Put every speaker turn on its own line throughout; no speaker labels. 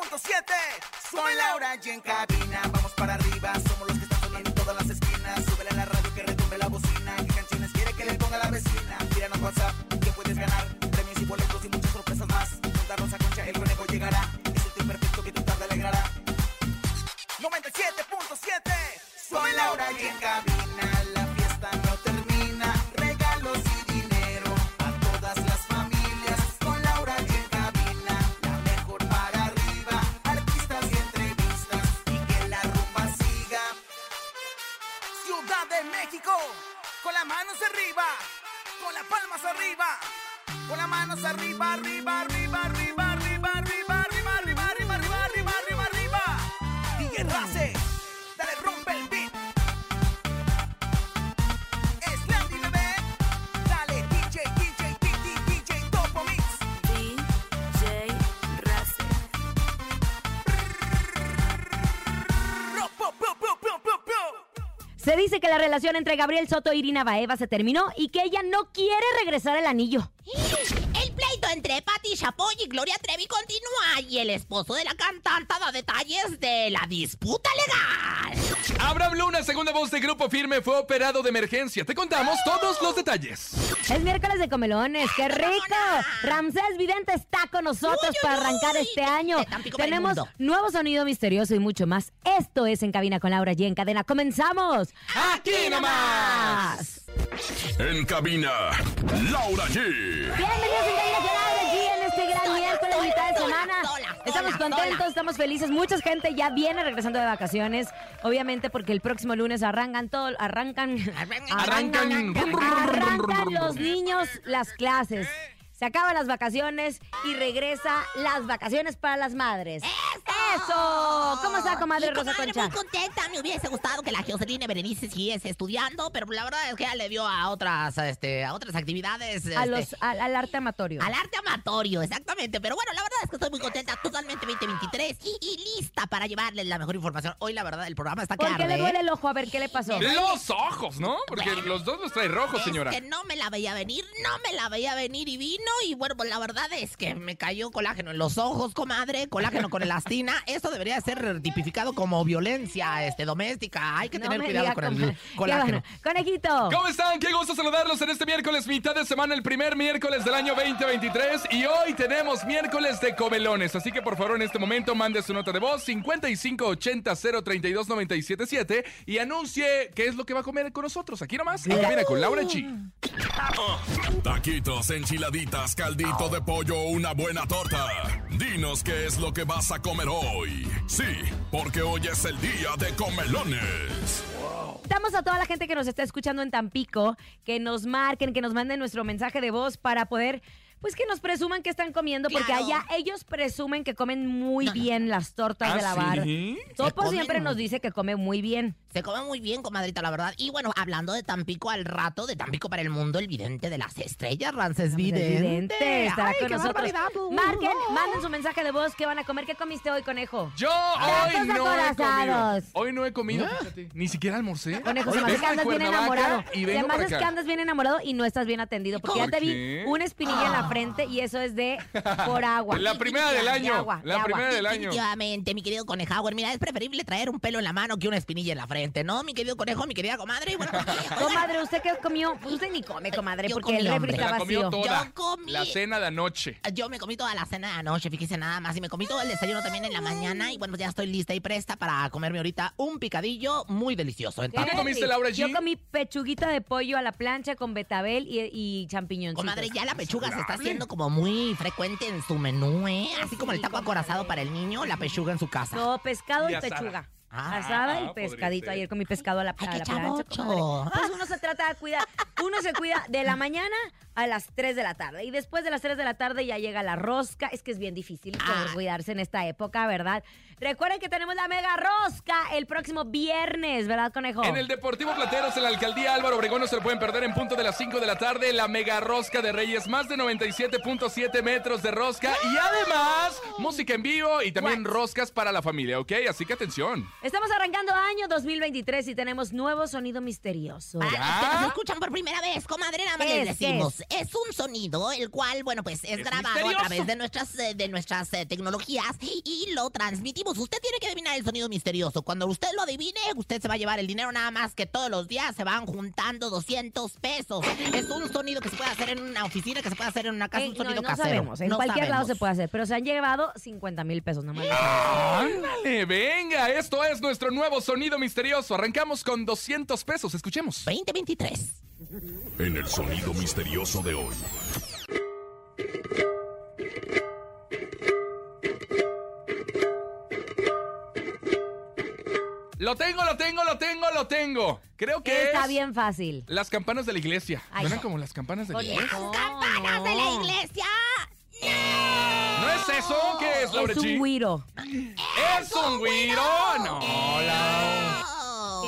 Soy Laura y en cabina, vamos para arriba. Somos los que están sonando en todas las esquinas. Súbele a la radio que retumbe la bocina. ¿Qué canciones quiere que le ponga la vecina? Tíranos WhatsApp que puedes ganar premios y boletos y muchas sorpresas más. Juntarnos a Concha, el conejo llegará. Es el trío perfecto que tu tarde alegrará. 97.7 Soy Laura y en cabina La fiesta no termina Regalos y dinero A todas las familias Con Laura y en cabina La mejor para arriba Artistas y entrevistas Y que la rumba siga Ciudad de México Con las manos arriba Con las palmas arriba Con las manos arriba, arriba, arriba, arriba, arriba, arriba, arriba, arriba, arriba, arriba, arriba, arriba, arriba. DJ Race, dale rompe el beat. Slandy bebé, dale DJ, DJ, DJ, DJ, Topo Mix.
DJ Racer.
Ro, pu, pu, pu, pu, pu, pu.
Se dice que la relación entre Gabriel Soto e Irina Baeva se terminó y que ella no quiere regresar el anillo.
El pleito entre Patti Chapoy y Gloria Trevi continúa y el esposo de la cantante da detalles de la disputa legal.
Abraham Luna, segunda voz de Grupo Firme, fue operado de emergencia. Te contamos todos los detalles.
Es miércoles de comelones, qué rico. Ramsés Vidente está con nosotros
Uy, uy,
para arrancar
uy,
este
de-
año.
de Tampico para el
Tenemos
mundo.
nuevo sonido misterioso y mucho más. Esto es En Cabina con Laura y en Cadena. ¡Comenzamos!
¡Aquí
En cabina, Laura G.
Bienvenidos en Cabina con Laura G en este gran miércoles, mitad de semana.
sola, sola,
Estamos contentos,
sola.
estamos felices. Mucha gente ya viene regresando de vacaciones, obviamente porque el próximo lunes arrancan todo, arrancan,
Arrancan.
arrancan los niños las clases. Se acaban las vacaciones y regresa las vacaciones para las madres. ¡Eso! Oh, ¿Cómo está, comadre
Mi
Rosa Concha?
Muy contenta, me hubiese gustado que la Joseline Berenice siguiese estudiando, pero la verdad es que ya le dio a otras, este, a otras actividades.
A
este,
los, al, al arte amatorio.
Al arte amatorio, exactamente. Pero bueno, la verdad es que estoy muy contenta, totalmente 2023 y, y lista para llevarles la mejor información. Hoy, la verdad, el programa está que
¿Por qué le
arde, ¿eh?
duele el ojo? A ver, ¿qué le pasó?
Los ojos, ¿no? Porque los dos los trae rojos,
Es
señora.
que Este, no me la veía venir, no me la veía venir y vino. Y bueno, pues la verdad es que me cayó colágeno en los ojos, comadre, colágeno con elastina. Esto debería ser tipificado como violencia este, doméstica. Hay que
No
tener
me
cuidado
diga,
con el
comadre. Qué
colágeno.
bárbaro. Conejito.
¿Cómo están? Qué gusto saludarlos en este miércoles, mitad de semana, el primer miércoles del año 2023. Y hoy tenemos miércoles de comelones. Así que por favor, en este momento, mande su nota de voz 5580-032-977 y anuncie qué es lo que va a comer con nosotros. Aquí nomás, en cabina con Laura G.
Taquitos, enchiladitas, caldito de pollo, una buena torta. Dinos qué es lo que vas a comer hoy. Sí, porque hoy es el día de comelones.
Invitamos a toda la gente que nos está escuchando en Tampico, que nos marquen, que nos manden nuestro mensaje de voz para poder, pues que nos presuman que están comiendo, porque
Claro.
allá ellos presumen que comen muy bien las tortas
¿Ah,
de la barra.
sí?
Topo
Se
siempre
comen.
nos dice que come muy bien.
Se come muy bien, comadrita, la verdad. Y bueno, hablando de Tampico al rato, de Tampico para el mundo, el vidente de las estrellas, Rances Vidente.
Pues, Evidente, estará
Ay,
con
qué
nosotros.
barbaridad.
Marquen, manden su mensaje de voz, ¿qué van a comer? ¿Qué comiste hoy, conejo?
Yo hoy
Tacos
no he comido.
acorazados.
Hoy no he comido, fíjate. Ni siquiera almorcé.
Conejo, se
Hoy
me hace que
vengo de
andas bien
Cuernavaca
enamorado.
Y
Y
vengo
además
para
es que
acá.
andas bien enamorado y no estás bien atendido, porque ya
¿Por
te
qué?
vi una espinilla en la frente y eso es de por agua.
La primera del
De
año,
agua,
la
de agua.
primera del año.
Definitivamente, mi querido conejauer. Mira, es preferible traer un pelo en la mano que una espinilla en la frente, ¿no? Mi querido conejo, mi querida comadre. Y bueno, pues,
Comadre, ¿usted qué comió? Pues usted ni come, comadre,
Yo
porque el refri
comí, hombre.
Se
está
la comió
vacío.
toda.
Yo comí.
La cena de anoche.
Yo me comí toda la cena de anoche, fíjese nada más. Y me comí todo el desayuno también en la mañana. Y bueno, pues ya estoy lista y presta para comerme ahorita un picadillo muy delicioso.
¿Tú qué comiste, Laura G?
Yo comí pechuguita de pollo a la plancha con betabel y, y champiñoncitos.
Comadre, ya la pechuga se está haciendo como muy frecuente en su menú, ¿eh? Así como el taco acorazado para el niño, la pechuga en su casa.
No, pescado y,
Y asada.
pechuga.
Ah,
asada y
podría
pescadito.
ser.
Ayer comí pescado a la,
Ay,
a
qué
la plancha.
chavocho.
comadre. Pues uno se trata de cuidar. Uno se cuida de la mañana a las 3 de la tarde. Y después de las 3 de la tarde ya llega la rosca. Es que es bien difícil poder
Ah.
cuidarse en esta época, ¿verdad? Recuerden que tenemos la mega rosca el próximo viernes, ¿verdad, conejo?
En el Deportivo Plateros, en la alcaldía Álvaro Obregón, no se lo pueden perder en punto de las 5 de la tarde, la mega rosca de Reyes, más de 97.7 metros de rosca y además música en vivo y también roscas para la familia, ¿ok? Así que atención.
Estamos arrancando año 2023 y tenemos nuevo sonido misterioso. Eh,
Para
¿Ya?
los que nos escuchan por primera vez, comadre, nada más
¿Qué
les
es? ¿Qué
decimos. Es? un sonido el cual, bueno, pues es,
Es
grabado
misterioso.
a través de nuestras, eh, de nuestras eh, tecnologías y lo transmitimos. Usted tiene que adivinar el sonido misterioso. Cuando usted lo adivine, usted se va a llevar el dinero nada más que todos los días se van juntando 200 pesos. Es un sonido que se puede hacer en una oficina, que se puede hacer en una casa,
Eh,
un
no,
sonido
no
casero.
sabemos, en
No
cualquier lado
sabemos.
se puede hacer, pero se han llevado 50 mil pesos nomás.
¡Ándale! Venga, esto es nuestro nuevo sonido misterioso. Arrancamos con 200 pesos, escuchemos.
2023.
En el sonido misterioso de hoy.
Lo tengo, lo tengo, lo tengo, lo tengo. Creo que
Está
es
bien fácil.
las campanas de la iglesia.
Ay,
Suenan
no.
como las campanas de la iglesia.
¡Las campanas de la iglesia!
¿No es eso? ¿Qué es, Laura
Es un
G?
güiro.
¿Es un güiro? No, la...
Oh.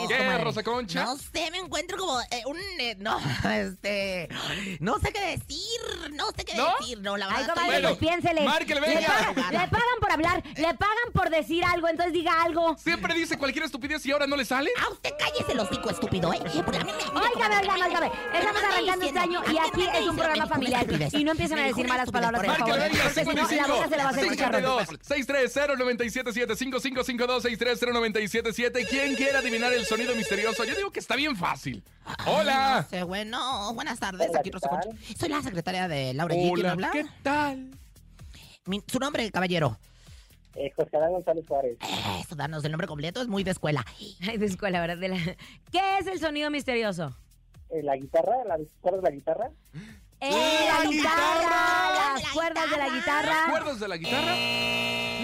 Es
¿Qué,
comadre.
Rosa Concha?
No sé, me encuentro como eh, un... eh, no, este... No sé qué decir, no sé qué
¿No?
decir. No, la verdad...
Ay,
estoy-
comadre,
Bueno,
pues piénsele.
márquele,
le,
venga.
pagan, le pagan por hablar, le pagan por decir algo, entonces diga algo.
Siempre dice cualquier estupidez y ahora no le sale.
Ah, usted cállese el hocico, estúpido, ¿eh? Eh, porque a mí me- mira,
Óigame, óigame,
comadre, a mí me-
óigame.
a mí
Estamos
me anda
arrancando este
diciendo,
año
a mí
y
me
aquí
anda
es un
diciendo, me
programa
dijo una
familiar.
estupidez.
Y no empiezan a
Me dijo
decir
una
malas palabras, por
estupidez,
favor.
Márquele, venga,
Porque si no, la
55
boca se la va a hacer chicharrón.
632 630 9777 5552 630 9777 ¿Quién quiere adivinar el sonido misterioso? Yo digo que está bien fácil.
Ay,
¡Hola!
no sé, bueno, buenas tardes, aquí Rosa Concha. Soy la secretaria de Laura G. ¿Quién
Hola,
habla?
¿qué tal?
Mi- su nombre, caballero.
Eh, José Adán González Suárez.
Eso, danos el nombre completo, es muy de escuela.
Ay, de escuela, ¿verdad? De la- ¿Qué es el sonido misterioso?
Eh, la guitarra, la, ¿recuerdas la guitarra?
¡Eh,
¡La
la guitarra!
guitarra!
Las cuerdas de la
¿Te
guitarra. Eh,
acuerdas de la guitarra?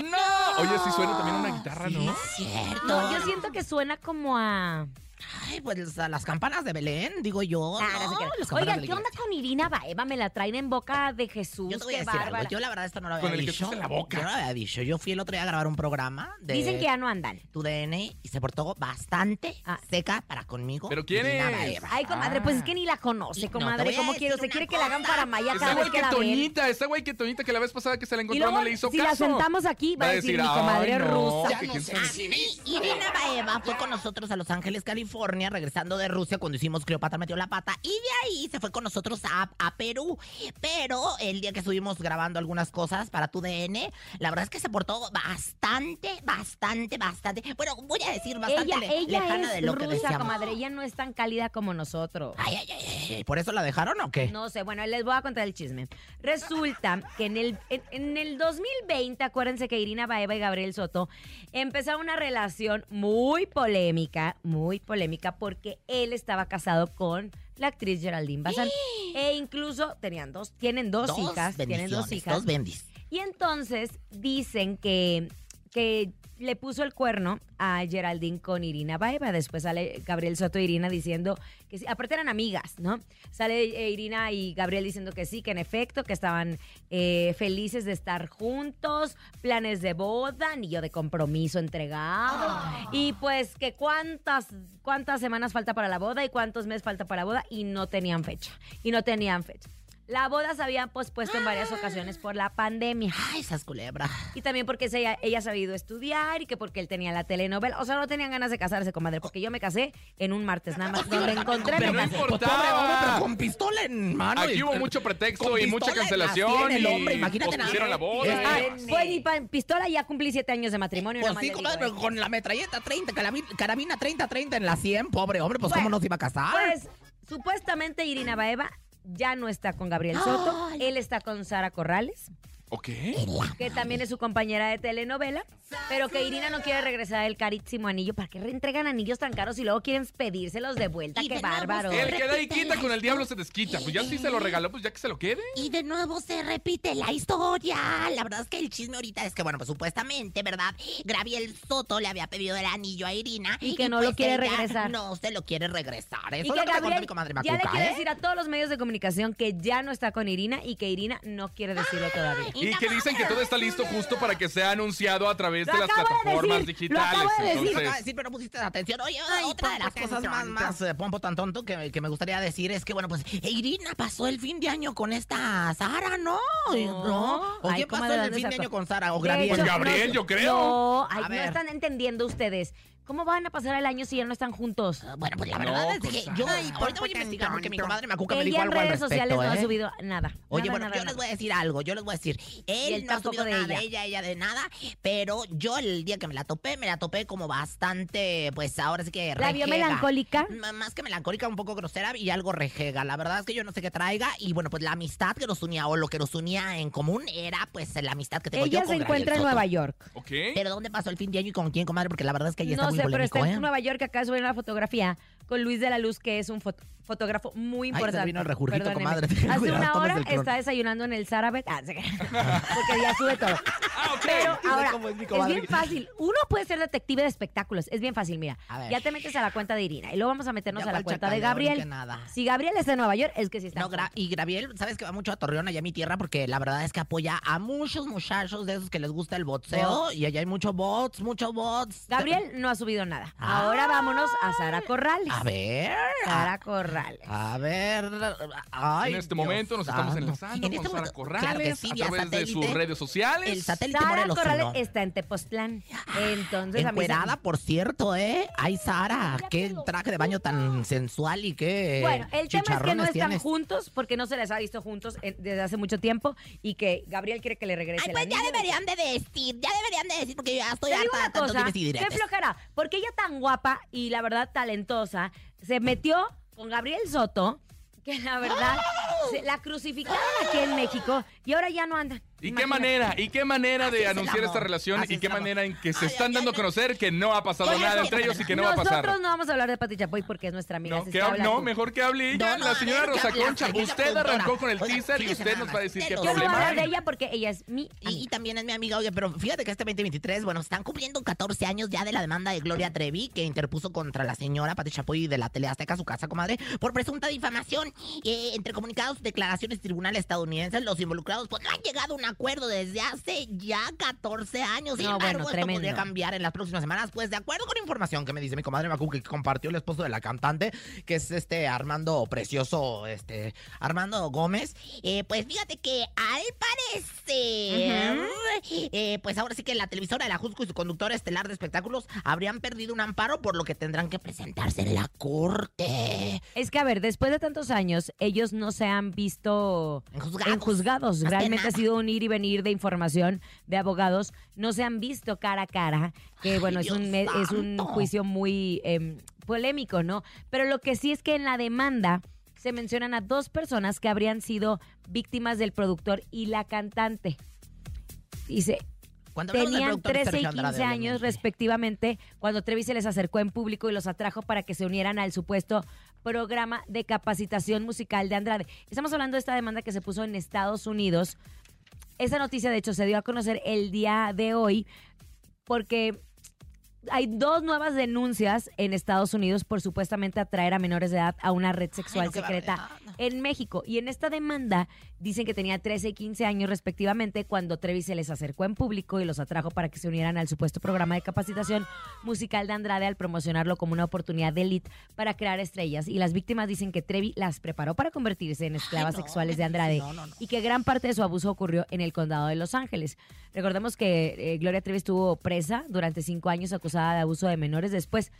¡No! Oye, sí suena también una guitarra,
Sí,
¿no?
es cierto.
No, yo siento que suena como a...
Ay, pues a las campanas de Belén, digo yo.
Ah, no
Oh, ¿no?
sé qué era.
Las campanas
Oigan,
de la
¿qué onda
iglesia.
con Irina Baeva? Me la traen en boca de Jesús.
Yo te voy a
qué
decir algo.
bárbara.
Yo la verdad esto no lo había
Con el que
dicho.
puse la boca.
Yo no lo había dicho. Yo fui el otro día a grabar un programa de
Dicen que ya no andan.
tu DN y se portó bastante
Ah.
seca para conmigo.
¿Pero quién
Irina
es?
Baeva.
Ay, comadre, pues es que ni la conoce,
No, te
comadre.
voy a
¿Cómo quiere?
decir
¿Usted quiere
una
que le hagan
cosa.
para Maya
Está
cada vez
igual
que
que
la ven?
Toñita, está igual que Toñita que la vez pasada que se la
Y
encontró
luego,
no le hizo
si la
caso.
sentamos aquí, va a decir, mi
"Ay,
comadre
no,
rusa.
que
Ya
quién
nos-
sabe".
a mí, Irina Baeva fue con nosotros a Los Ángeles, California, regresando de Rusia cuando hicimos Cleopatra metió la pata y de ahí se fue con nosotros a, a Perú. Pero el día que estuvimos grabando algunas cosas para tu DN, la verdad es que se portó bastante, bastante, bastante. Bueno, voy a decir bastante
Ella,
le-
ella
lejana de
es
lo que
rusa,
decíamos.
comadre. Ella no es tan cálida como nosotros.
Ay, ay, ay, ay, ¿por eso la dejaron o qué?
No sé, bueno, les voy a contar el chisme. Resulta que en el, en, en el 2020, acuérdense que Irina Baeva y Gabriel Soto empezaron una relación muy polémica, muy polémica, porque él estaba casado con la actriz Geraldine Bazán. E incluso tenían dos, tienen dos, hijas, tienen dos
bendiciones,
hijas.
Dos bendis.
Y entonces dicen que, que le puso el cuerno a Geraldine con Irina Baeva. Después sale Gabriel Soto e Irina diciendo que sí. Aparte eran amigas, ¿no? Sale eh, Irina y Gabriel diciendo que sí, que en efecto, que estaban eh, felices de estar juntos, planes de boda, anillo de compromiso entregado. Y pues que cuántas, cuántas semanas falta para la boda y cuántos meses falta para la boda. Y no tenían fecha. Y no tenían fecha. La boda se había pospuesto en varias ocasiones por la pandemia.
Ay, esas culebras.
Y también porque se- ella, ella sabía ido a estudiar y que porque él tenía la telenovela. O sea, no tenían ganas de casarse, comadre, porque yo me casé en un martes nada más. Donde encontré
Pero
me
no
casé.
importa.
Pues, pobre hombre, pero con pistola en mano.
Aquí
y-
hubo mucho pretexto
con
y mucha
pistola en
cancelación
las tiene el
y
hombre, imagínate nada.
pospusieron la boda.
Ah,
Ay,
fue mi pa- pistola y ya cumplí siete años de matrimonio.
Pues
nada más
sí,
le
comadre,
digo ¿eh?
pero con la metralleta 30, calabi- carabina 30-30 en la 100, pobre hombre, pues
Bueno,
¿cómo nos iba a casar?
Pues supuestamente Irina Baeva ya no está con Gabriel Soto, él está con Sara Corrales,
¿O qué?
que también es su compañera de telenovela, pero que Irina no quiere regresar el carísimo anillo. ¿Para qué entregan anillos tan caros y luego quieren pedírselos de vuelta?
Y
¡Qué
de nuevo
bárbaro!
se-
El que da y quita con el diablo se desquita. Pues ya si se lo regaló, pues ya que se lo quede.
Y de nuevo se repite la historia.
La verdad es que el chisme ahorita es que, bueno, pues supuestamente, ¿verdad? Gabriel Soto le había pedido el anillo a Irina. pues,
Y que no lo quiere
ella
regresar.
No se lo quiere regresar. Eso
Y
es lo
que
que me contó mi
Gabriel
comadre
ya le
Macuca,
quiere
¿eh?
decir a todos los medios de comunicación que ya no está con Irina y que Irina no quiere decirlo todavía.
Y que dicen que todo está listo justo para que sea anunciado a través de
Lo
las
acabo de
plataformas
decir, lo acabo
digitales.
de decir.
Ah, Sí, acaba de
Entonces,
decir, pero pusiste atención. Oye,
Ay,
otra de las
pompo
cosas
tan
más,
tonto.
más eh, pompo tan tonto que, que me gustaría decir es que, bueno, pues Irina pasó el fin de año con esta Sara, ¿no?
No.
¿No? ¿O
Ay,
qué pasó
comadre,
el
¿dónde
fin de
sacó?
año con Sara? ¿O
De
Gabriel?
Pues
hecho,
Gabriel,
no-
yo creo.
No, ay,
A
no
ver.
están entendiendo ustedes. ¿Cómo van a pasar el año si ya no están juntos?
Bueno, pues la
No,
verdad es
con
que
Sara.
yo ahorita voy a investigar porque mi comadre Macuca me
Ella
dijo
en
algo al
redes sociales
respecto,
no ha
¿eh?
subido nada.
Oye,
nada,
bueno,
nada,
yo
nada.
les voy a decir algo, yo les voy a decir, él,
Y él
no ha
tampoco
subido
de
nada de
ella.
ella, ella de nada, pero yo el día que me la topé, me la topé como bastante, pues ahora sí que
¿La vio
rejega.
melancólica?
M- Más que melancólica, un poco grosera y algo rejega. La verdad es que yo no sé qué traiga y bueno, pues la amistad que nos unía o lo que nos unía en común era pues la amistad que tengo yo
Ella se
con Gabriel
encuentra en
Soto.
Nueva York.
¿ok?
Pero ¿dónde pasó el fin de año y con quién, comadre? Porque la verdad es que ahí está
no
muy
sé, pero
polémico,
está
¿eh?
en Nueva York. Acá subieron una fotografía con Luis de la Luz, que es un fot- fotógrafo muy
Ay, se
importante.
vino el rejurgito,
Perdóneme.
comadre.
Hace
Cuidado,
una
tomes
hora
el clon.
está desayunando en el Zarabet. Ah, se- porque ya sube todo. Pero
Dime
ahora,
cómo es mi
es,
comadre.
bien fácil. Uno puede ser detective de espectáculos. Es bien fácil, mira.
A ver.
Ya te metes a la cuenta de Irina y luego vamos a meternos
Ya
a la
cuál
cuenta de
chacaleo, ni
Gabriel.
que nada.
Si Gabriel está en Nueva York, es que sí está.
No, Gra- y Gabriel, sabes que va mucho a Torreón, allá a mi tierra, porque la verdad es que apoya a muchos muchachos de esos que les gusta el botseo. Y allá hay muchos bots, muchos bots.
Gabriel no ha subido nada.
Ah.
Ahora vámonos a Sara Corrales.
A ver. Ah.
Sara Corrales.
A ver. Ay,
en este
Dios
momento nos estamos
santo.
enlazando
En
con
este
Sara
momento,
Corrales
claro que sí,
a
vía
través de
satélite.
sus redes sociales.
El satélite
Sara
Morelos
Corrales
uno.
está en Tepoztlán. Entonces, a mí se-
Encuerada, por cierto, ¿eh? Ay, Sara, qué traje de baño tan sensual y qué
Bueno, el tema es que no
eh, chicharrones
están
tienes.
juntos porque no se les ha visto juntos eh, desde hace mucho tiempo y que Gabriel quiere que le regrese
Ay,
la
pues ya deberían de decir, ya deberían de decir, porque yo ya estoy
Te
harta de
digo una
tantos
cosa,
dimes y
qué
este
diretes.
flojera, porque ella tan guapa y la verdad talentosa se metió con Gabriel Soto, que la verdad se- la crucificaron aquí en México y ahora ya no andan.
¿Y qué
Imagínate.
manera? ¿Y qué manera
Así
de
es el
anunciar
amor,
esta relación?
así
¿Y
es
qué
el amor.
manera en que se
Ay,
están
ay,
dando a
ay,
conocer que no ha pasado
Yo ya
nada
no
entre
quiero
ellos y que no va a
Nosotros
pasar?
no vamos a hablar de Pati Chapoy porque es nuestra amiga.
No,
así
que
que
hab-
habla
no,
tú.
mejor que hable ella.
No, no,
la
a
señora
ver, que
Rosa
hable la
Concha,
señora
usted
productora.
arrancó con el
Oiga,
teaser y
fíjese
usted
nada
nos va a
más,
decir
de
qué
los-
Yo no voy a
problema
hablar de
hay.
ella porque ella es mi
Y, y
amiga.
también es mi amiga, oye, pero fíjate que este 2023, bueno, están cumpliendo 14 años ya de la demanda de Gloria Trevi que interpuso contra la señora Pati Chapoy de la tele Azteca, su casa, comadre, por presunta difamación. Eh, entre comunicados, declaraciones, tribunales estadounidenses, los involucrados, pues no han llegado a un acuerdo desde hace ya 14 años. Sin
No, bueno,
embargo, esto
tremendo.
podría cambiar en las próximas semanas, pues de acuerdo con información que me dice mi comadre Macu, que compartió el esposo de la cantante, que es este Armando Precioso, este Armando Gómez,
Eh, pues fíjate que al parecer,
eh, pues ahora sí que la televisora de la Jusco y su conductora estelar de espectáculos habrían perdido un amparo, por lo que tendrán que presentarse en la corte.
Es que, a ver, después de tantos años, ellos no se han visto
Enjuzgados.
enjuzgados.
Más que
Realmente ha
nada.
sido un ir y venir de información de abogados. No se han visto cara a cara, que bueno, es un, me-
Dios
es un
santo.
juicio muy em, polémico, ¿no? Pero lo que sí es que en la demanda se mencionan a dos personas que habrían sido víctimas del productor y la cantante. Dice,
Cuando hablamos del
Tenían
productor
13 y
Sergio
15
Andrade,
años
obviamente.
respectivamente cuando Trevi se les acercó en público y los atrajo para que se unieran al supuesto programa de capacitación musical de Andrade. Estamos hablando de esta demanda que se puso en Estados Unidos. Esa noticia, de hecho, se dio a conocer el día de hoy porque hay dos nuevas denuncias en Estados Unidos por supuestamente atraer a menores de edad a una red sexual
no, qué
secreta
barbaridad.
en México. Y en esta demanda dicen que tenía 13 y 15 años respectivamente cuando Trevi se les acercó en público y los atrajo para que se unieran al supuesto programa de capacitación musical de Andrade al promocionarlo como una oportunidad de elite para crear estrellas. Y las víctimas dicen que Trevi las preparó para convertirse en esclavas
no,
sexuales de Andrade
no, no, no.
y que gran parte de su abuso ocurrió en el condado de Los Ángeles. Recordemos que eh, Gloria Trevi estuvo presa durante cinco años acusada de abuso de menores. Después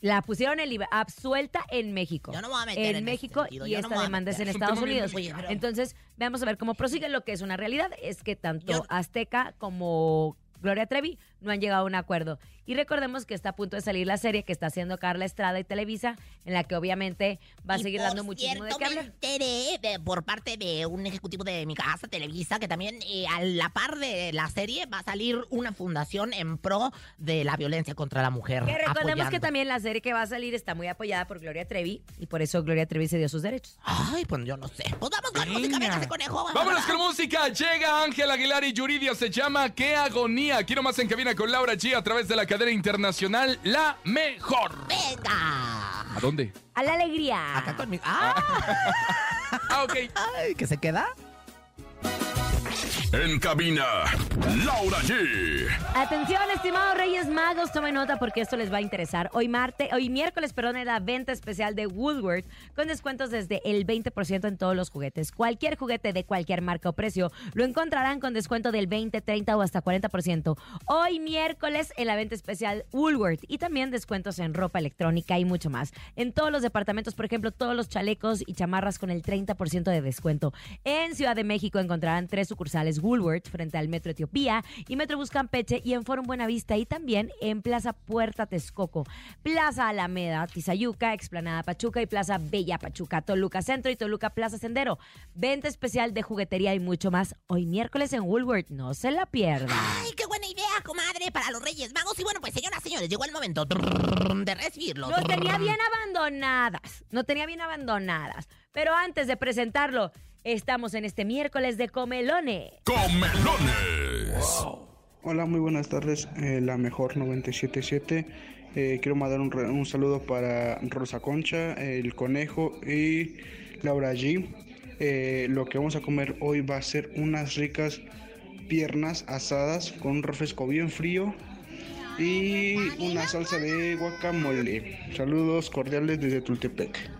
la pusieron en liber- absuelta en México.
Yo no me voy a meter en este
México
sentido,
y
yo no
esta
me voy a
demanda es en
meter. Es un
Estados
tema bien
Unidos.
delicado.
Entonces, vamos a ver cómo prosigue. Lo que es una realidad es que tanto
Yo-
Azteca como Gloria Trevi no han llegado a un acuerdo. Y recordemos que está a punto de salir la serie que está haciendo Carla Estrada y Televisa, en la que obviamente va a
Y
seguir
por
dando muchísimo de
cierto,
qué
me
hablar.
enteré de-
eh, por parte de un ejecutivo de mi casa, Televisa, que también eh, a la par de la serie va a salir una fundación en pro de la violencia contra la mujer.
Que recordemos que
apoyando.
también la serie que va a salir está muy apoyada por Gloria Trevi y por eso Gloria Trevi se dio sus derechos.
Ay, pues yo no sé. Pues vamos con música, venga ese conejo.
Vámonos con música. Llega Ángel Aguilar y Yuridia. Se llama Qué agonía. Aquí nomás en cabina con Laura G a través de la cadena internacional La Mejor.
¡Venga!
¿A dónde?
A la alegría.
Acá conmigo. ¡Ah!
Ah, ok.
Ay, ¿Que se queda?
En cabina, Laura G.
Atención, estimados Reyes Magos, tomen nota porque esto les va a interesar. Hoy martes, hoy miércoles, perdón, es la venta especial de Woodward con descuentos desde el 20% en todos los juguetes. Cualquier juguete de cualquier marca o precio lo encontrarán con descuento del 20, 30 o hasta 40%. Hoy miércoles en la venta especial Woolworth y también descuentos en ropa electrónica y mucho más. En todos los departamentos, por ejemplo, todos los chalecos y chamarras con el 30% de descuento. En Ciudad de México encontrarán tres sucursales Woolworth frente al Metro Etiopía y Metro Buscampeche y en Forum Buenavista y también en Plaza Puerta Texcoco, Plaza Alameda, Tizayuca, Explanada Pachuca y Plaza Bella Pachuca, Toluca Centro y Toluca Plaza Sendero. Venta especial de juguetería y mucho más hoy miércoles en Woolworth. No se la pierdan.
¡Ay, qué buena idea, comadre! Para los Reyes Magos. Y bueno, pues señoras, señores, llegó el momento de recibirlo.
Los tenía bien abandonadas. No tenía bien abandonadas. Pero antes de presentarlo, estamos en este miércoles de Comelone.
Comelones.
Hola, muy buenas tardes, eh, la mejor 977. Eh, quiero mandar un, re- un saludo para Rosa Concha, el conejo y Laura G. Eh, lo que vamos a comer hoy va a ser unas ricas piernas asadas con un refresco bien frío y una salsa de guacamole. Saludos cordiales desde Tultepec.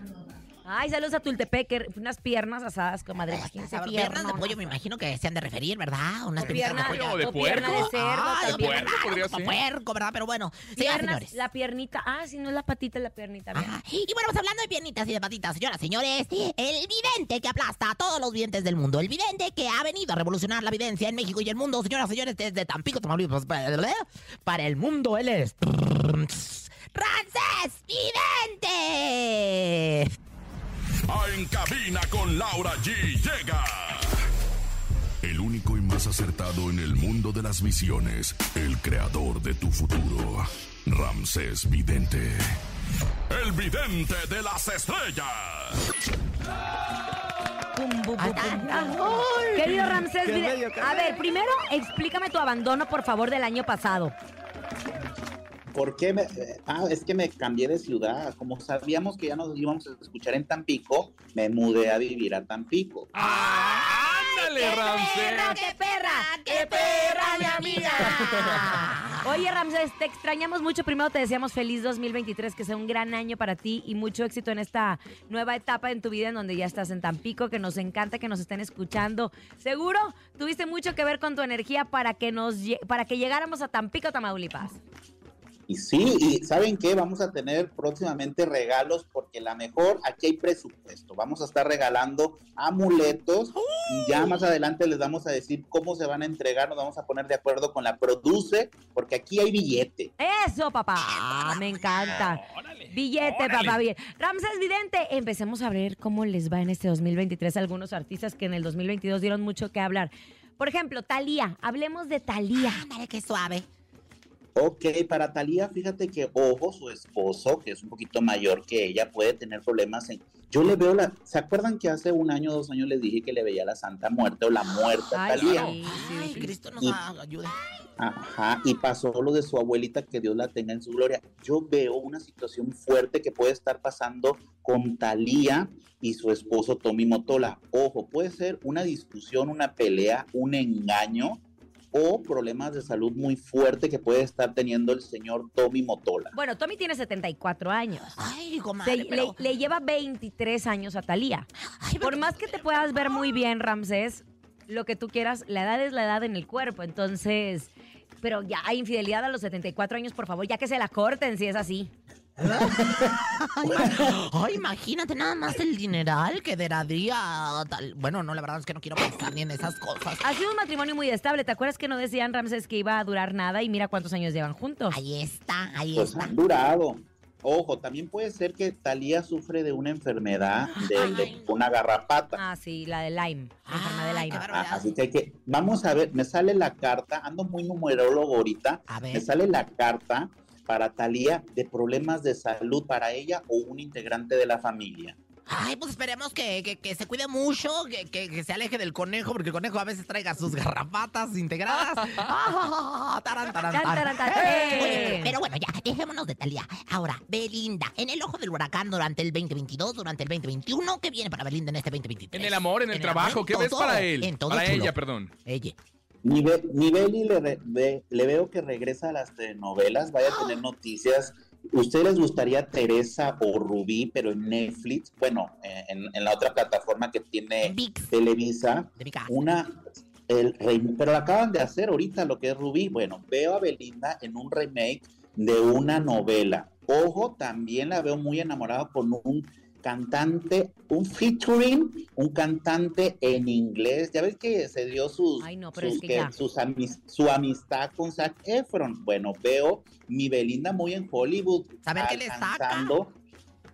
Ay, saludos a Tultepec, que unas piernas asadas, comadre.
Las
Imagínense,
piernas de
pierna,
pollo, me imagino que se han de referir, ¿verdad? Unas
O pierna,
pollo o de
o pierna de
puerco.
cerdo
Ay,
también.
puerco, podría
como
ser.
puerco, ¿verdad? Pero bueno, señoras,
Piernas,
señores.
la piernita. Ah, si no es la patita, es la piernita. mira.
Ajá. Y bueno, pues hablando de piernitas y de patitas, señoras, señores, el vidente que aplasta a todos los videntes del mundo, el vidente que ha venido a revolucionar la evidencia en México y el mundo, señoras, señores, desde Tampico, Tamaulipas, pues, para el mundo él es... ¡Rancés Vidente!
A En cabina con Laura G. Llega. El único y más acertado en el mundo de las visiones. El creador de tu futuro. Ramsés Vidente. El vidente de las estrellas.
Pum, bu, bu,
Ay,
pum.
ay,
Querido Ramsés, mire, a ver, primero explícame tu abandono, por favor, del año pasado.
¿Por qué me.? eh, Ah, es que me cambié de ciudad. Como sabíamos que ya nos íbamos a escuchar en Tampico, me mudé a vivir a Tampico.
Ah, ¡Ándale, Ramsés!
qué perra! ¡Qué perra, mi amiga! Oye, Ramsés, te extrañamos mucho. Primero te deseamos feliz 2023, que sea un gran año para ti y mucho éxito en esta nueva etapa en tu vida en donde ya estás en Tampico, que nos encanta que nos estén escuchando. Seguro tuviste mucho que ver con tu energía para que nos lle- para que llegáramos a Tampico, Tamaulipas.
Y sí, y ¿saben qué? Vamos a tener próximamente regalos porque la mejor, aquí hay presupuesto. Vamos a estar regalando amuletos. Ya más adelante les vamos a decir cómo se van a entregar. Nos vamos a poner de acuerdo con la Produce porque aquí hay billete.
Eso, papá. Ah, Me encanta. Billete, papá. Bien. Ramses Vidente, empecemos a ver cómo les va en este 2023 a algunos artistas que en el 2022 dieron mucho que hablar. Por ejemplo, Talía. Hablemos de Talía.
Ándale, qué suave.
Ok, para Talía, fíjate que Ojo, su esposo, que es un poquito mayor que ella, puede tener problemas en,
Yo le veo la. ¿Se acuerdan que hace un año, dos años les dije que le veía la Santa Muerte o la muerta
Ay,
Talía?
sí, sí,
Ay,
sí.
Cristo nos
Y-
a- ayuda.
Ajá, y pasó lo de su abuelita, que Dios la tenga en su gloria. Yo veo una situación fuerte que puede estar pasando con Talía y su esposo Tommy Motola. Ojo, puede ser una discusión, una pelea, un engaño o problemas de salud muy fuerte que puede estar teniendo el señor Tommy Motola.
Bueno, Tommy tiene 74 años.
Ay,
Se-
comadre,
le,
pero...
le lleva 23 años a Talía.
ay, pero-
Por más que te puedas ver muy bien, Ramsés, lo que tú quieras, la edad es la edad en el cuerpo. Entonces, pero ya, infidelidad a los 74 años, por favor, ya que se la corten si es así.
Ay, ma- Ah, ay, imagínate nada más el dineral que deraría tal... Bueno, no, la verdad es que no quiero pensar ni en esas cosas.
Ha sido un matrimonio muy estable. ¿Te acuerdas que no decían Ramsés que iba a durar nada y mira cuántos años llevan juntos?
Ahí está, ahí
Pues
está.
han durado. Ojo, también puede ser que Talía sufre de una enfermedad, de, de
Ay.
una garrapata.
Ah, sí, la de Lyme, la enfermedad de
Ay, qué
Lyme.
barbaridad.
Ah, así que, hay que vamos a ver, me sale la carta, ando muy numerólogo ahorita,
A
me
ver,
sale la carta para Talía de problemas de salud para ella o un integrante de la familia.
ay, pues esperemos que, que- que se cuide mucho, que, que- que se aleje del conejo, porque el conejo a veces traiga sus garrapatas integradas. Ah, tarán, tarán,
Tan,
tarán.
taran, tan.
Oye,
¡Eh!
Pero bueno, ya, dejémonos de Talía. Ahora, Belinda, en el ojo del huracán durante el 2022, durante el 2021, ¿qué viene para Belinda en este 2023?
En el amor, en el trabajo,
amor,
¿qué
en
ves
todo,
para él?
En todo,
Para
chulo.
ella, perdón.
Ella.
Mi, Be- mi Beli le, re- ve- le veo que regresa a las telenovelas, vaya a tener noticias. ¿Ustedes les gustaría Teresa o Rubí, pero en Netflix? Bueno, eh, en, en la otra plataforma que tiene
Vix,
Televisa.
de mi casa.
una el rem- pero la acaban de hacer ahorita lo que es Rubí. Bueno, veo a Belinda en un remake de una novela. Ojo, también la veo muy enamorada con un cantante, un featuring, un cantante en inglés. Ya ves que se dio sus,
Ay, no, pero
sus
es que
que-
ya.
sus amis- su amistad con Zac Efron. Bueno, veo mi Belinda muy en Hollywood.
A ver qué le saca.
alcanzando-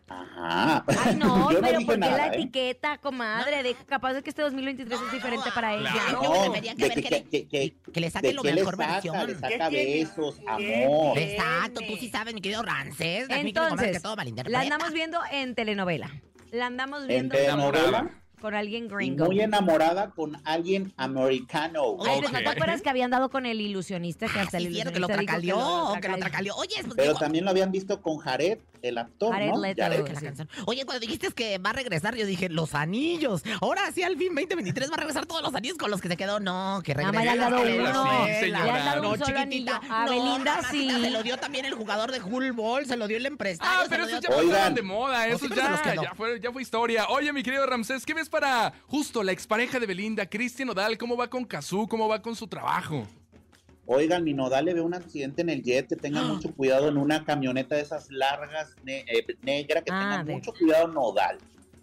Ajá.
Ay, no,
Yo no
pero
dije
¿por qué
nada,
la
¿eh?
etiqueta, comadre? Deja- capaz de que este 2023 es diferente para ella.
Claro.
Yo me refería que
de
ver
que-
qué le-
que- que-
Que le
¿De
saque lo
qué le
mejor
saca? Le
versión.
saca
tiene?
besos,
¿Qué
amor.
tiene?
Exacto, tú sí sabes, mi querido Rancés. la mi querido comadre,
Entonces,
que todo malinterpreta.
la andamos viendo en telenovela. La andamos
En
viendo
telenovela
con alguien
y
gringo.
muy enamorada con alguien americano.
Ay, pues, ¿no
Ok.
te acuerdas que habían dado con el ilusionista que
Ah,
hasta
sí,
el
cierto, que lo
ilusionista dijo
tracaleó, que lo,
tracaleó?
tracaleó. Oye, pues
Pero
digo,
también lo habían visto con Jared, el actor,
Jared
¿no?
Leto.
Jared.
que la
sí.
canción. Oye, cuando dijiste que va a regresar, yo dije, los anillos. Ahora sí, al fin, 2023 va a regresar todos los anillos con los que se quedó. No, que
Nada
regrese.
más le han dado
Sí,
uno.
señora.
Le han dado
un
No,
solo
chiquitita.
anillo. A
No,
Belinda
mamacita,
sí.
Se lo dio también el jugador de fútbol, se lo dio el emprestado.
Ah,
pues se
pero
lo dio
esos ya
todo.
Oigan.
pasaron de moda,
No,
eso
sí, pero se nos
ya,
quedó.
ya fue, ya fue historia. Oye, mi querido Ramsés, ¿qué ves para justo la expareja de Belinda, Cristian Odal? ¿Cómo va con Cazú? ¿Cómo va con su trabajo?
Oigan, mi nodal le veo un accidente en el jet, que tengan mucho cuidado en una camioneta de esas largas, ne- eh, negra, que
Ah,
tengan
de-
mucho cuidado nodal.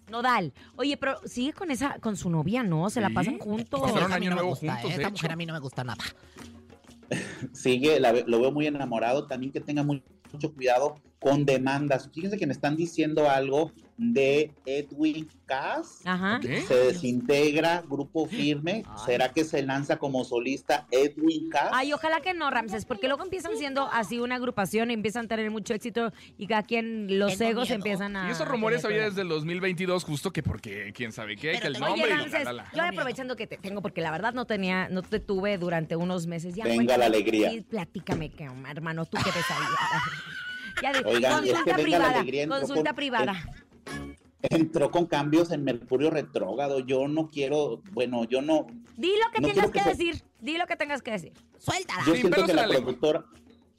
Nodal. Oye, pero sigue con esa, con su novia, ¿no? Se la
Sí.
pasan
Esta
juntos.
Pasaron
mujer a mí
año
no me
nuevo
gusta, ¿eh?
juntos, de
Esta
hecho.
mujer a mí no me gusta nada.
Sigue, la ve- lo veo muy enamorado, también que tengan muy- mucho cuidado con demandas. Fíjense que me están diciendo algo de Edwin Cass.
Ah.
Ajá.
¿Qué?
Se desintegra, grupo firme. ¿Será que se lanza como solista Edwin Cass?
Ay, ojalá que no, Ramses, porque luego empiezan siendo así una agrupación, empiezan a tener mucho éxito y cada quien los
Tengo
egos
miedo.
empiezan a.
Y esos rumores
tener
había
problemas.
desde el 2022, justo que porque, quién sabe qué,
Pero
que el
te-
nombre
Oye,
y la,
Ramses,
la, la.
yo ahora aprovechando que te tengo, porque la verdad no tenía, no te tuve durante unos meses. Ya,
Venga
cuéntame,
la alegría.
sí, platícame, que, hermano, tú qué pesadilla. ya de-
Oigan, y es que
consulta
venga la
privada,
alegría, Eh, entró
consulta
con-
privada.
Entró con cambios en Mercurio retrógrado. Yo no quiero, bueno, yo no.
Di lo que
no
tengas
quiero
que,
que se-
decir, di lo que tengas que decir.
Suéltala.
Yo
Sin
siento
pelos
que
en
la
la lengua.
productora,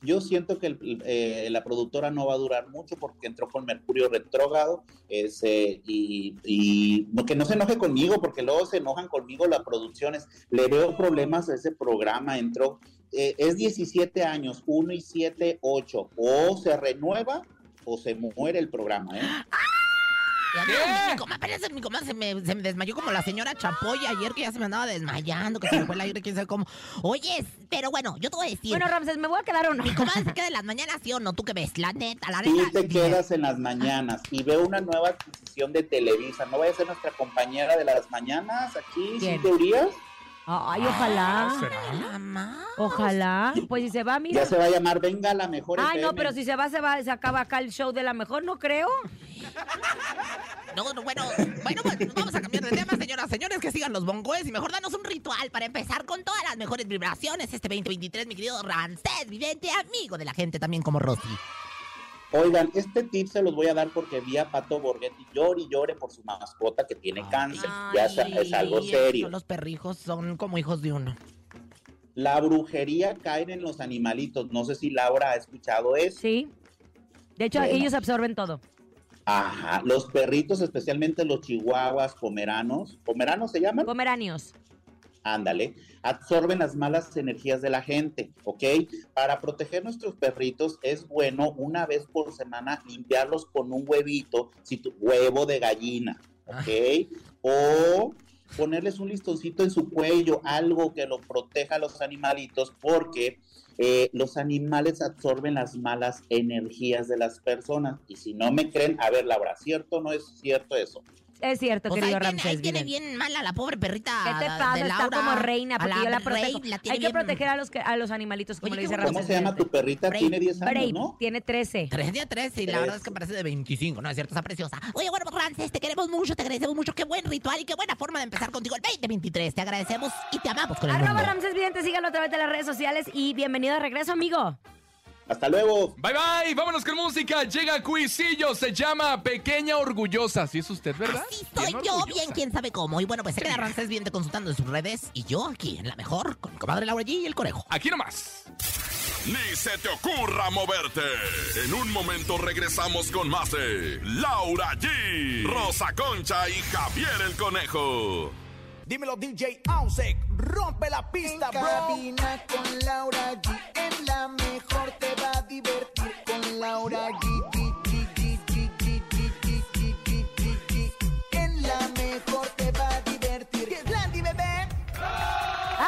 yo siento que el- eh, la productora no va a durar mucho porque entró con Mercurio retrógrado. Ese, y, y no, que no se enoje conmigo porque luego se enojan conmigo las producciones. Le veo problemas a ese programa. Entró, eh, es 17 años, 1 y 7, 8. O se renueva o se muere el programa, ¿eh?
Ya
¿Qué?
vieron, Mi comadre, apenas mi comadre se me, se me desmayó como la señora Chapoya ayer que ya se me andaba desmayando, que se me fue el aire, quién sabe cómo. Oye, pero bueno, yo te voy a decir,
Bueno, Ramses, ¿me voy a quedar o no?
mi comadre se queda en las mañanas, ¿sí o no? ¿Tú qué ves? La neta, la
Tú
neta.
te quedas en las mañanas y veo una nueva adquisición de Televisa. ¿No vaya a ser nuestra compañera de las mañanas aquí,
¿Quién?
sin teorías?
Ay,
Ah,
Ah,
ojalá.
La ma-
Ojalá. Pues si se va, mira.
Ya se va a llamar Venga la Mejor
Ay, no,
FM.
pero si se va, se va, se acaba acá el show de la mejor, no creo.
No, no, bueno, bueno, pues vamos a cambiar de tema, señoras, señores, que sigan los bongoes y mejor danos un ritual para empezar con todas las mejores vibraciones este 2023, mi querido Ramsés, vidente, amigo de la gente también como Rosy.
Oigan, este tip se los voy a dar porque vi a Pato Borghetti llore y llore por su mascota que tiene cáncer. ya es, es algo
Ay,
serio.
Los perrijos son como hijos de uno.
La brujería cae en los animalitos. No sé si Laura ha escuchado eso.
Sí. De hecho,
Bueno.
ellos absorben todo.
Ajá. Los perritos, especialmente los chihuahuas, pomeranos. ¿Pomeranos se llaman?
Pomeranios.
Ándale. Absorben las malas energías de la gente, ¿ok? Para proteger nuestros perritos es bueno una vez por semana limpiarlos con un huevito, si tu, huevo de gallina, ¿ok? O ponerles un listoncito en su cuello, algo que lo proteja a los animalitos, porque eh, los animales absorben las malas energías de las personas. Y si no me creen, a ver, Laura, ¿cierto o no es cierto eso?
Es cierto,
Pues ahí
querido
tiene, ahí
Ramsés.
tiene
Vidente.
bien mala la pobre perrita.
¿Qué te pasa?
de
Este Está
Laura.
como reina,
A
porque yo la
rey
protejo.
la tiene
Hay que
bien-
proteger a los, que- a los animalitos, como
Oye,
le
qué
dice
bueno.
Ramsés.
¿Cómo se llama tu
Vidente.
perrita?
Brave,
Tiene 10
Brave,
años, ¿no?
tiene 13.
Tres de a tres, y la
Tres.
verdad es que parece de 25, ¿no es cierto? Está preciosa.
Oye, bueno, Ramses, te queremos mucho, te agradecemos mucho. Qué buen ritual y qué buena forma de empezar contigo el 2023. Te agradecemos y te amamos con el
Arroba
mundo.
Ramsés Vidente, síganlo a través de las redes sociales y bienvenido de regreso, amigo.
Hasta luego.
Bye bye, vámonos con música. Llega Cuisillo, se llama Pequeña Orgullosa. Si es usted, ¿verdad?
Así soy yo, bien
que
quién sabe cómo. Y bueno, pues
Se queda Ramsés bien te consultando en sus redes y yo aquí en la mejor con mi comadre Laura G y el conejo.
Aquí nomás.
Ni se te ocurra moverte. En un momento regresamos con más de Laura G, Rosa Concha y Javier el Conejo.
Dímelo DJ Ausek, rompe la
En
pista, bro.
cabina con Laura G. En la mejor te va a divertir con Laura G. G, G, G, G, G, G, G, G, G, G, G. En la mejor te va a divertir. ¡Qué Landy, bebé!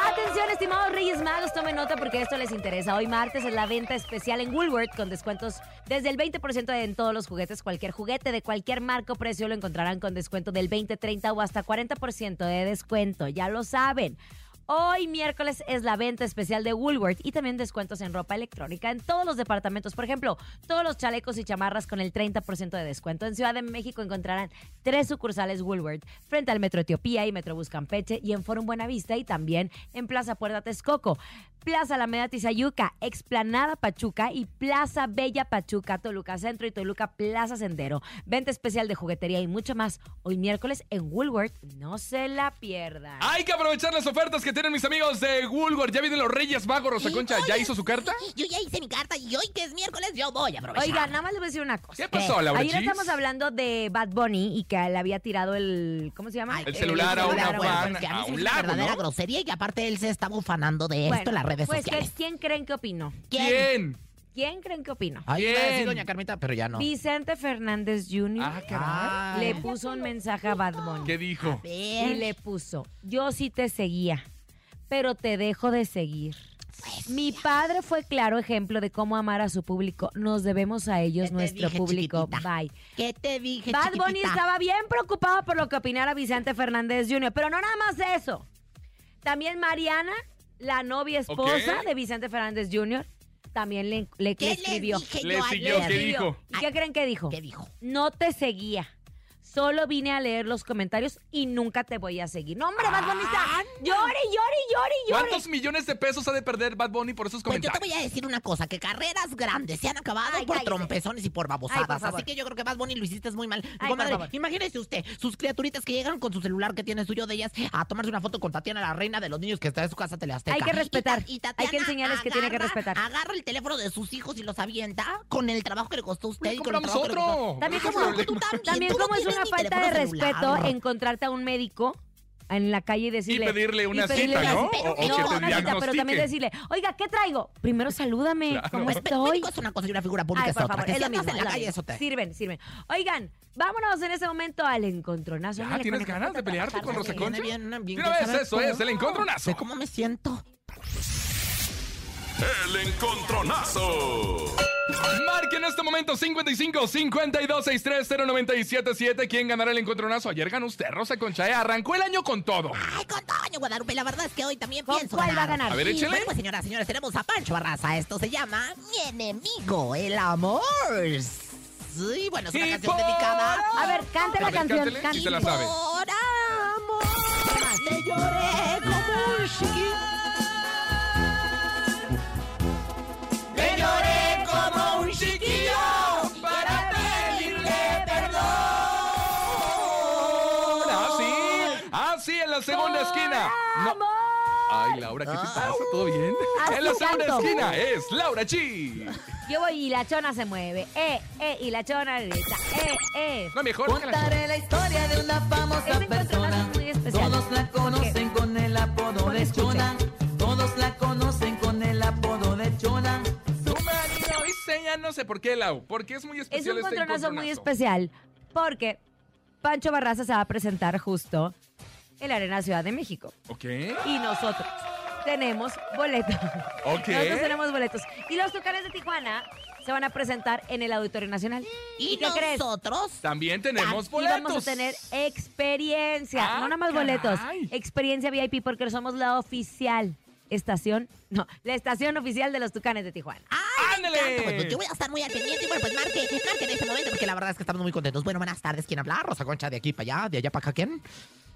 Atención, estimados Reyes Magos, tomen nota porque esto les interesa. Hoy martes es la venta especial en Woolworth con descuentos desde el 20% en todos los juguetes. Cualquier juguete de cualquier marco precio lo encontrarán con descuento del 20, 30 o hasta 40% de descuento. Ya lo saben. Hoy miércoles es la venta especial de Woolworth y también descuentos en ropa electrónica en todos los departamentos. Por ejemplo, todos los chalecos y chamarras con el 30% de descuento. En Ciudad de México encontrarán tres sucursales Woolworth frente al Metro Etiopía y Metrobús Campeche y en Forum Buenavista y también en Plaza Puerta Texcoco. Plaza Alameda Tizayuca, Explanada Pachuca y Plaza Bella Pachuca, Toluca Centro y Toluca Plaza Sendero. Venta especial de juguetería y mucho más hoy miércoles en Woolworth. No se la pierdan.
Hay que aprovechar las ofertas que tienen mis amigos de Woolworth. Ya vienen los Reyes Magos, Rosa
Y-
Concha. ¿Ya
oye,
hizo su carta?
Yo ya hice mi carta y hoy que es miércoles yo voy a aprovechar.
Oiga, nada más les voy a decir una cosa.
¿Qué pasó, Laura
Ayer
Gis?
estamos hablando de Bad Bunny y que le había tirado el. ¿Cómo se llama?
Ay,
El celular a
celular
una
bueno,
fan,
porque a mí
a
se me hizo
un
una
lago,
verdadera
¿no?
grosería y que aparte él se está bufanando de
Bueno,
esto en las redes
pues,
sociales.
¿qué- ¿quién creen que opinó?
¿Quién?
¿Quién creen que opinó?
Ah,
Ahí iba a decir
Bien.
doña Carmita, pero ya no.
Vicente Fernández Jr.
Ah, caray.
Ay.
le puso un mensaje a Bad Bunny.
¿Qué dijo?
Ver,
Y le puso, yo sí te seguía, pero te dejo de seguir.
Pues
Mi padre fue claro ejemplo de cómo amar a su público. Nos debemos a ellos,
Ya te
nuestro
dije,
público.
chiquitita.
Bye.
¿Qué te dije,
Bad Bunny
chiquitita?
estaba bien preocupado por lo que opinara Vicente Fernández Jr., pero no nada más eso. También Mariana, la novia esposa
Ok.
de Vicente Fernández Jr., también le, le-
¿Qué
le
le
escribió.
dije
Le
yo
siguió,
ayer?
¿qué dijo?
¿Y qué creen que dijo?
¿Qué dijo?
No te seguía. Solo vine a leer los comentarios y nunca te voy a seguir. No, hombre, Bad Bunny está.
Ah,
Llore, llore, llore, llore.
¿Cuántos millones de pesos ha de perder Bad Bunny por esos
Pues yo te
comentarios?
voy a decir una cosa, que carreras grandes se han acabado
Ay,
por
cállese.
trompezones y por
Ay, por
babosadas.
favor.
así que yo creo que Bad Bunny lo hiciste muy mal.
por
Comadre,
favor.
imagínese usted, sus criaturitas que llegan con su celular que tiene suyo de ellas a tomarse una foto con Tatiana, la reina de los niños que está en su casa teleazteca.
Hay que respetar,
Y,
hay que enseñarles que tiene que respetar.
Agarra el teléfono de sus hijos y los avienta con el trabajo que le costó a usted
Le
y con el trabajo
compramos
que le costó-
otro.
También
Tú
como-
tampoco, tú también,
También,
tú no
como es
tienes
una
ni
falta de
teléfono
respeto
celular.
encontrarte a un médico en la calle y
Y
decirle.
pedirle una
pedirle
cita,
una
¿no?
cita,
O, o que
pero-
No,
no,
te
una cita, pero también
diagnostique.
decirle, oiga, ¿qué traigo? Primero salúdame,
Claro.
¿cómo
Pues, pero
estoy?
médico es una cosa y una figura pública
Ay,
es
por
otra.
favor,
Que
es lo
sientas
mismo,
en la
es lo
calle,
mismo.
eso te...
Sirven, sirven. Oigan, vámonos en ese momento al encontronazo.
Ya,
Ándale,
¿tienes
conejo,
ganas de
cuéntame,
pelearte con
cuéntame.
Rosa Concha?
bien,
De una
ya
vez,
sabes
eso
cómo.
es, el encontronazo.
Sé cómo me siento.
El encontronazo.
Marque en este momento 55 52 63 0977. ¿Quién ganará el encontronazo? Ayer ganó usted, Rosa Concha. ¿eh? Arrancó el año con todo.
Ay, con Toño Guadalupe, la verdad es que hoy también
¿Con
pienso
cuál va a ganar?
A ver, échale.
Bueno, pues señoras, señores, tenemos a Pancho Barraza. Esto se llama Mi enemigo, el amor.
Sí, bueno, es una
Y
canción
por-
dedicada.
A ver, cante la
A ver,
canción.
cántele, si se la
cante.
sabe.
Por amor, te lloré como un chiquillo. Te lloré como un chiquillo para pedirle perdón.
Así, así Ah, en la segunda esquina. No. Ay, Laura, ¿qué te pasa? ¿Todo bien?
Haz
En la
tu
segunda
canto.
esquina es Laura G.
Yo voy y la chona se mueve. Eh, eh, y la chona grita. Eh, eh.
No, mejor que la...
Contaré la historia de una famosa
Este encuentro va a
persona.
ser muy especial.
Todos la conocen con el apodo
Bueno,
de
escuchen.
Chona. Todos la conocen con el apodo de Chona.
Su marido y seña, no sé por qué, Lau, porque es muy
Es
especial
un
este
encontronazo muy
encontronazo.
especial porque Pancho Barraza se va a presentar justo en la Arena Ciudad de México.
Ok,
Y nosotros tenemos boletos.
ok.
Nosotros tenemos boletos. Y los Tucanes de Tijuana se van a presentar en el Auditorio Nacional.
¿Y
qué crees?
nosotros?
También tenemos
Y
boletos.
vamos a tener experiencia,
Ah,
no nada más
caray.
boletos, experiencia VIP porque somos la oficial estación, no, la estación oficial de los Tucanes de Tijuana.
Tanto, pues, pues,
¡Ándale!
yo voy a estar muy al pendiente y bueno, pues marque, marque en este momento porque la verdad es que estamos muy contentos. Bueno, buenas tardes. ¿Quién habla? Rosa Concha, de aquí para allá, de allá para acá, ¿quién?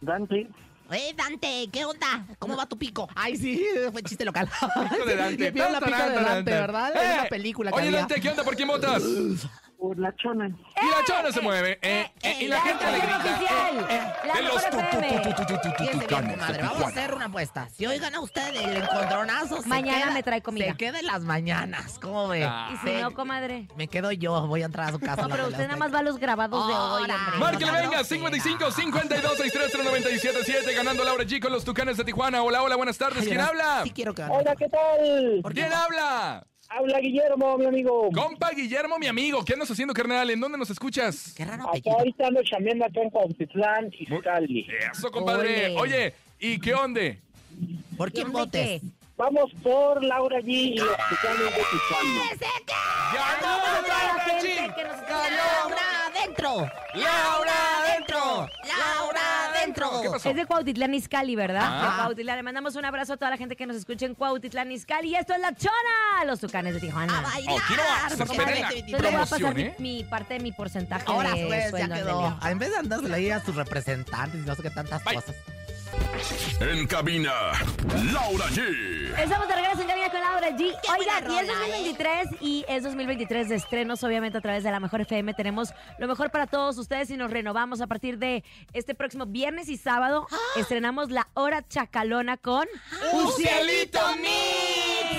Dante,
Eh, Dante, ¿qué onda? ¿Cómo va tu pico? Ay, sí, fue chiste local.
Pico de Dante.
Le pidieron la
Tan,
pica
tan,
de
tan,
Dante,
tan.
¿verdad?
¡Eh!
Es una película que
Oye,
había.
Dante, ¿qué onda? ¿Por quién votas? Y
por la Chona.
la chona se mueve. eh, eh, y la gente le
estación
grita. eh,
oficial, la
de los
mejor FM.
Fíjense bien, comadre, Vamos a hacer una apuesta. Si oigan a usted el encontronazo, se
Mañana
queda-
me trae comida.
Se queda en las mañanas. ¿Cómo ve?
Ah.
Y si
Se-
no, comadre.
Me quedo yo, voy a entrar a su casa.
No, pero
Lola,
usted
la-
nada más va a los grabados de hoy,
Ahora.
hombre.
Márquele,
Una
venga,
grosera.
55 52 63 977 ganando Laura G con los Tucanes de Tijuana. Hola, hola, buenas tardes.
Ay,
¿Quién
ahora
habla?
Sí quiero que gane.
Hola, ¿qué tal?
¿Por qué
¿Quién
no?
habla?
Habla Guillermo, mi amigo.
Compa Guillermo, mi amigo. ¿Qué andas haciendo, carnal? ¿En dónde nos escuchas?
Qué raro
Acá
apellido.
ahorita ando chambeando acá en Cuautitlán y Cali.
Eso, compadre.
Ole.
Oye, ¿y qué onde?
¿Por quién votes?
Vamos por Laura G y los Tucanes de Tijuana.
¡Ganó
la
Laura
gente que
G!
nos escucha.
¡Laura adentro!
¡Laura adentro!
¡Laura adentro!
¿Qué pasó?
Es de Cuautitlán Izcalli, ¿verdad?
Ah.
De Cuautitlán. Le mandamos un abrazo a toda la gente que nos escucha en Cuautitlán Izcalli. Y esto es La Chona, los Tucanes de
¡A
Tijuana.
Oh, quiero
bailar!
hacer
porque
esperen
ahora
la
es 2023.
Entonces le voy a pasar
Promoción,
mi,
¿eh?
mi parte de mi porcentaje
Ahora
de
pues, ya
sueldo,
quedó.
Angelina.
En vez de andarle ahí a sus representantes y no sé qué tantas
Bye.
cosas.
En cabina, Laura G.
Estamos de regreso en Cabina con Laura G.
buena
Oigan, y es
rola, ¿eh?
2023 y es 2023 de estrenos, obviamente a través de la Mejor FM. Tenemos lo mejor para todos ustedes y nos renovamos a partir de este próximo viernes y sábado.
Ah.
Estrenamos La Hora Chacalona con...
¡Ucielito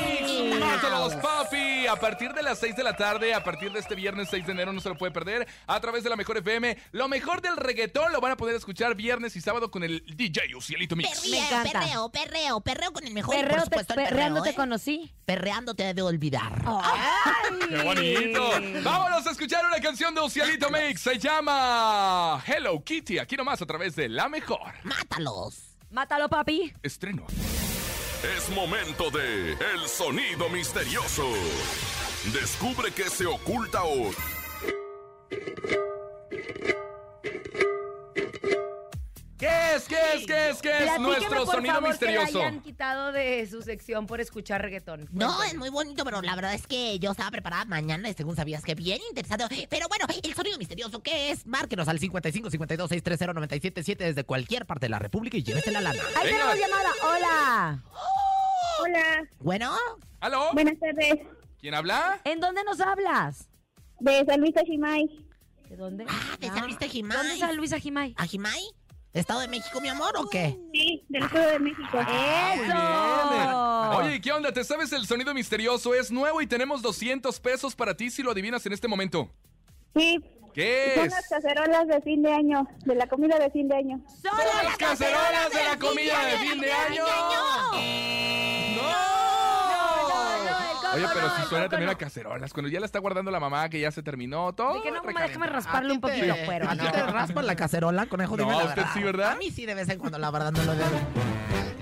Mix!
Mix.
¡Mételos, papi! A partir de las 6 de la tarde, a partir de este viernes 6 de enero, no se lo puede perder. A través de la Mejor FM, lo mejor del reggaetón lo van a poder escuchar viernes y sábado con el DJ Ucielito Mix.
Me
Perreo,
encanta.
perreo, perreo, perreo con el mejor. y por
Perreo te,
supuesto, el
perreando te
perreo, ¿eh?
conocí.
Perreando te debe olvidar.
¡Qué bonito! Vámonos a escuchar una canción de Ucielito Mix. Se llama Hello Kitty. Aquí nomás a través de la Mejor.
¡Mátalos!
Mátalo, papi.
Estreno.
Es momento de El sonido misterioso. Descubre qué se oculta hoy.
¿Qué es? ¿Qué es? ¿Qué es? ¿Qué es?
Platíqueme,
Nuestro
por
sonido
favor,
misterioso.
Que la hayan quitado de su sección por escuchar reggaetón.
No,
Cuéntame.
es muy bonito, pero la verdad es que yo estaba preparada mañana, y según sabías que bien interesado. Pero bueno, el sonido misterioso, ¿qué es? Márquenos al 55 52 630 977 desde cualquier parte de la República y llévese la lana.
Ahí
Venga.
tenemos llamada. Hola.
Hola,
Bueno,
¿Aló?
buenas tardes.
¿Quién habla?
¿En dónde nos hablas?
De San Luis Ashimay.
¿De dónde?
ah, de San Luis Tajimay.
¿Dónde es San Luis Ajimay?
¿Ajimay? ¿Estado de México, mi amor, o qué?
Sí, del Estado de México.
eh.
¡Eso!
Oye, ¿y ¿qué onda? ¿Te sabes el sonido misterioso? Es nuevo y tenemos 200 pesos para ti si lo adivinas en este momento.
Sí,
¿Qué
son
es?
las cacerolas de fin de año, de la comida de fin de año.
¡Son
Son las cacerolas de la comida de fin de año. ¡No! Oye, pero si suena también a cacerolas, cuando ya la está guardando la mamá, que ya se terminó todo.
De que no, mamá,
recalentado.
déjame rasparle un
¿A ti
poquito,
te-
pero
¿A ti
no.
te raspan la cacerola, conejo?
No,
Dime la
usted sí, ¿verdad?
A mí sí, de vez en cuando, la verdad, no lo debo.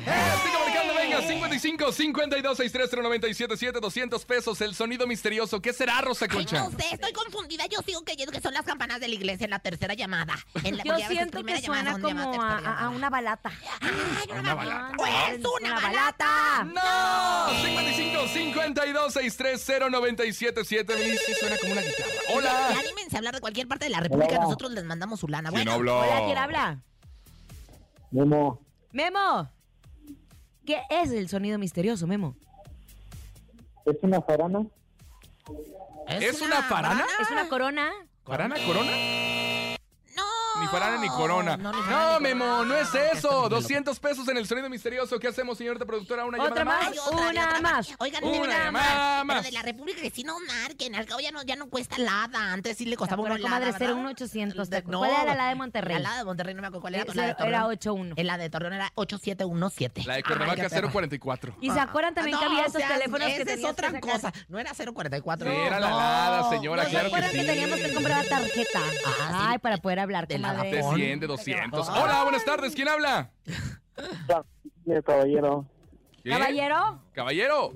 ¡Eh, sigue marcando, venga! Venga, 55 52 630 977 200 pesos. El sonido misterioso. ¿Qué será, Rosa
Ay,
Concha?
no sé, estoy confundida. Yo sigo creyendo que son las campanas de la iglesia en la tercera llamada. En la,
Yo
porque a veces
siento
primera
que
llamada,
suena
segunda llamada,
como a,
tercera
a- a una balata.
Una balata.
llamada. ¡Oh, Ah, ¡Es una balata!
¡No! 55 52 630 977 Dice que suena como una guitarra.
Oigan,
¡Hola!
Ya anímense a hablar de cualquier parte de la república.
Hola.
Nosotros les mandamos su lana.
¿Quién
Bueno,
habló?
Hola, ¿quién habla?
Memo.
Memo. ¿Qué es el sonido misterioso, Memo?
¿Es una farana?
¿Es una farana?
¿Es una corona?
¿Farana? ¿Corona? No. Ni farana ni corona. No,
No, ni farana ni
Memo, no es eso. 200 pesos en el sonido misterioso. ¿Qué hacemos, señorita productora? ¿Una
¿Otra
llamada
más?
Ay, otra,
Una
otra
más.
Oigan,
Una
de verdad,
llamada más.
pero de la república que sí no marquen. Al cabo ya no, ya no cuesta lada. Antes sí le costaba
Pero,
una helada,
comadre,
¿verdad?
01800.
De-
¿te- ¿Cuál era la de Monterrey? Eh,
La helada de Monterrey, no me acuerdo cuál era, pero la de
Era
Torreón.
era 81.
En la de Torreón era 8717.
La de
Ay,
Cuernavaca
qué perro.
044.
¿Y se acuerdan también
Ah,
que
no,
había
o
esos
sea,
teléfonos que
esa es
tenías que
otra
sacar?
cosa. No era 044.
Sí, era la
no.
nada, señora,
¿No se
claro que
acuerdan
sí.
que teníamos que comprar tarjeta?
Ah, sí.
Ay, para poder hablar,
De la
comadre.
De
Con-
100, de 200.
Ay.
Hola, buenas tardes. ¿Quién habla?
caballero.
¿Qué?
¿Caballero?
Caballero.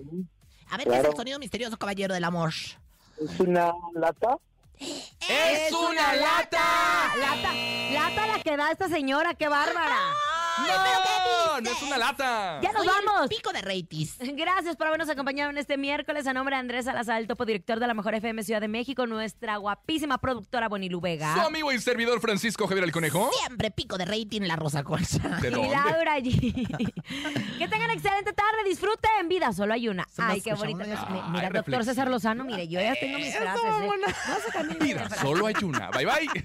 A ver, ¿qué es
Claro.
el sonido misterioso, caballero del amor?
¿Es una lata?
¡Es una lata!
Lata, lata la que da esta señora, qué bárbara.
¡No! ¡No es una lata!
Ya nos
Soy el
vamos.
pico de reitis.
Gracias por habernos acompañado en este miércoles. A nombre de Andrés Salazar, el topo director de la Mejor FM Ciudad de México, nuestra guapísima productora Bonilu Vega.
Su amigo y servidor Francisco Javier el Conejo.
Siempre pico de rating la rosa concha.
¿De
Y
dónde?
Laura allí. que tengan excelente tarde, disfruten vida, solo hay una.
Se me
Ay, qué
escucha
bonita.
muy-
Mi-
Ay,
Mira, doctor
reflexiva.
César Lozano, mire, yo ya tengo mis frases. ¿eh? No se cambien mis
Mira,
frases.
solo hay una. Bye bye.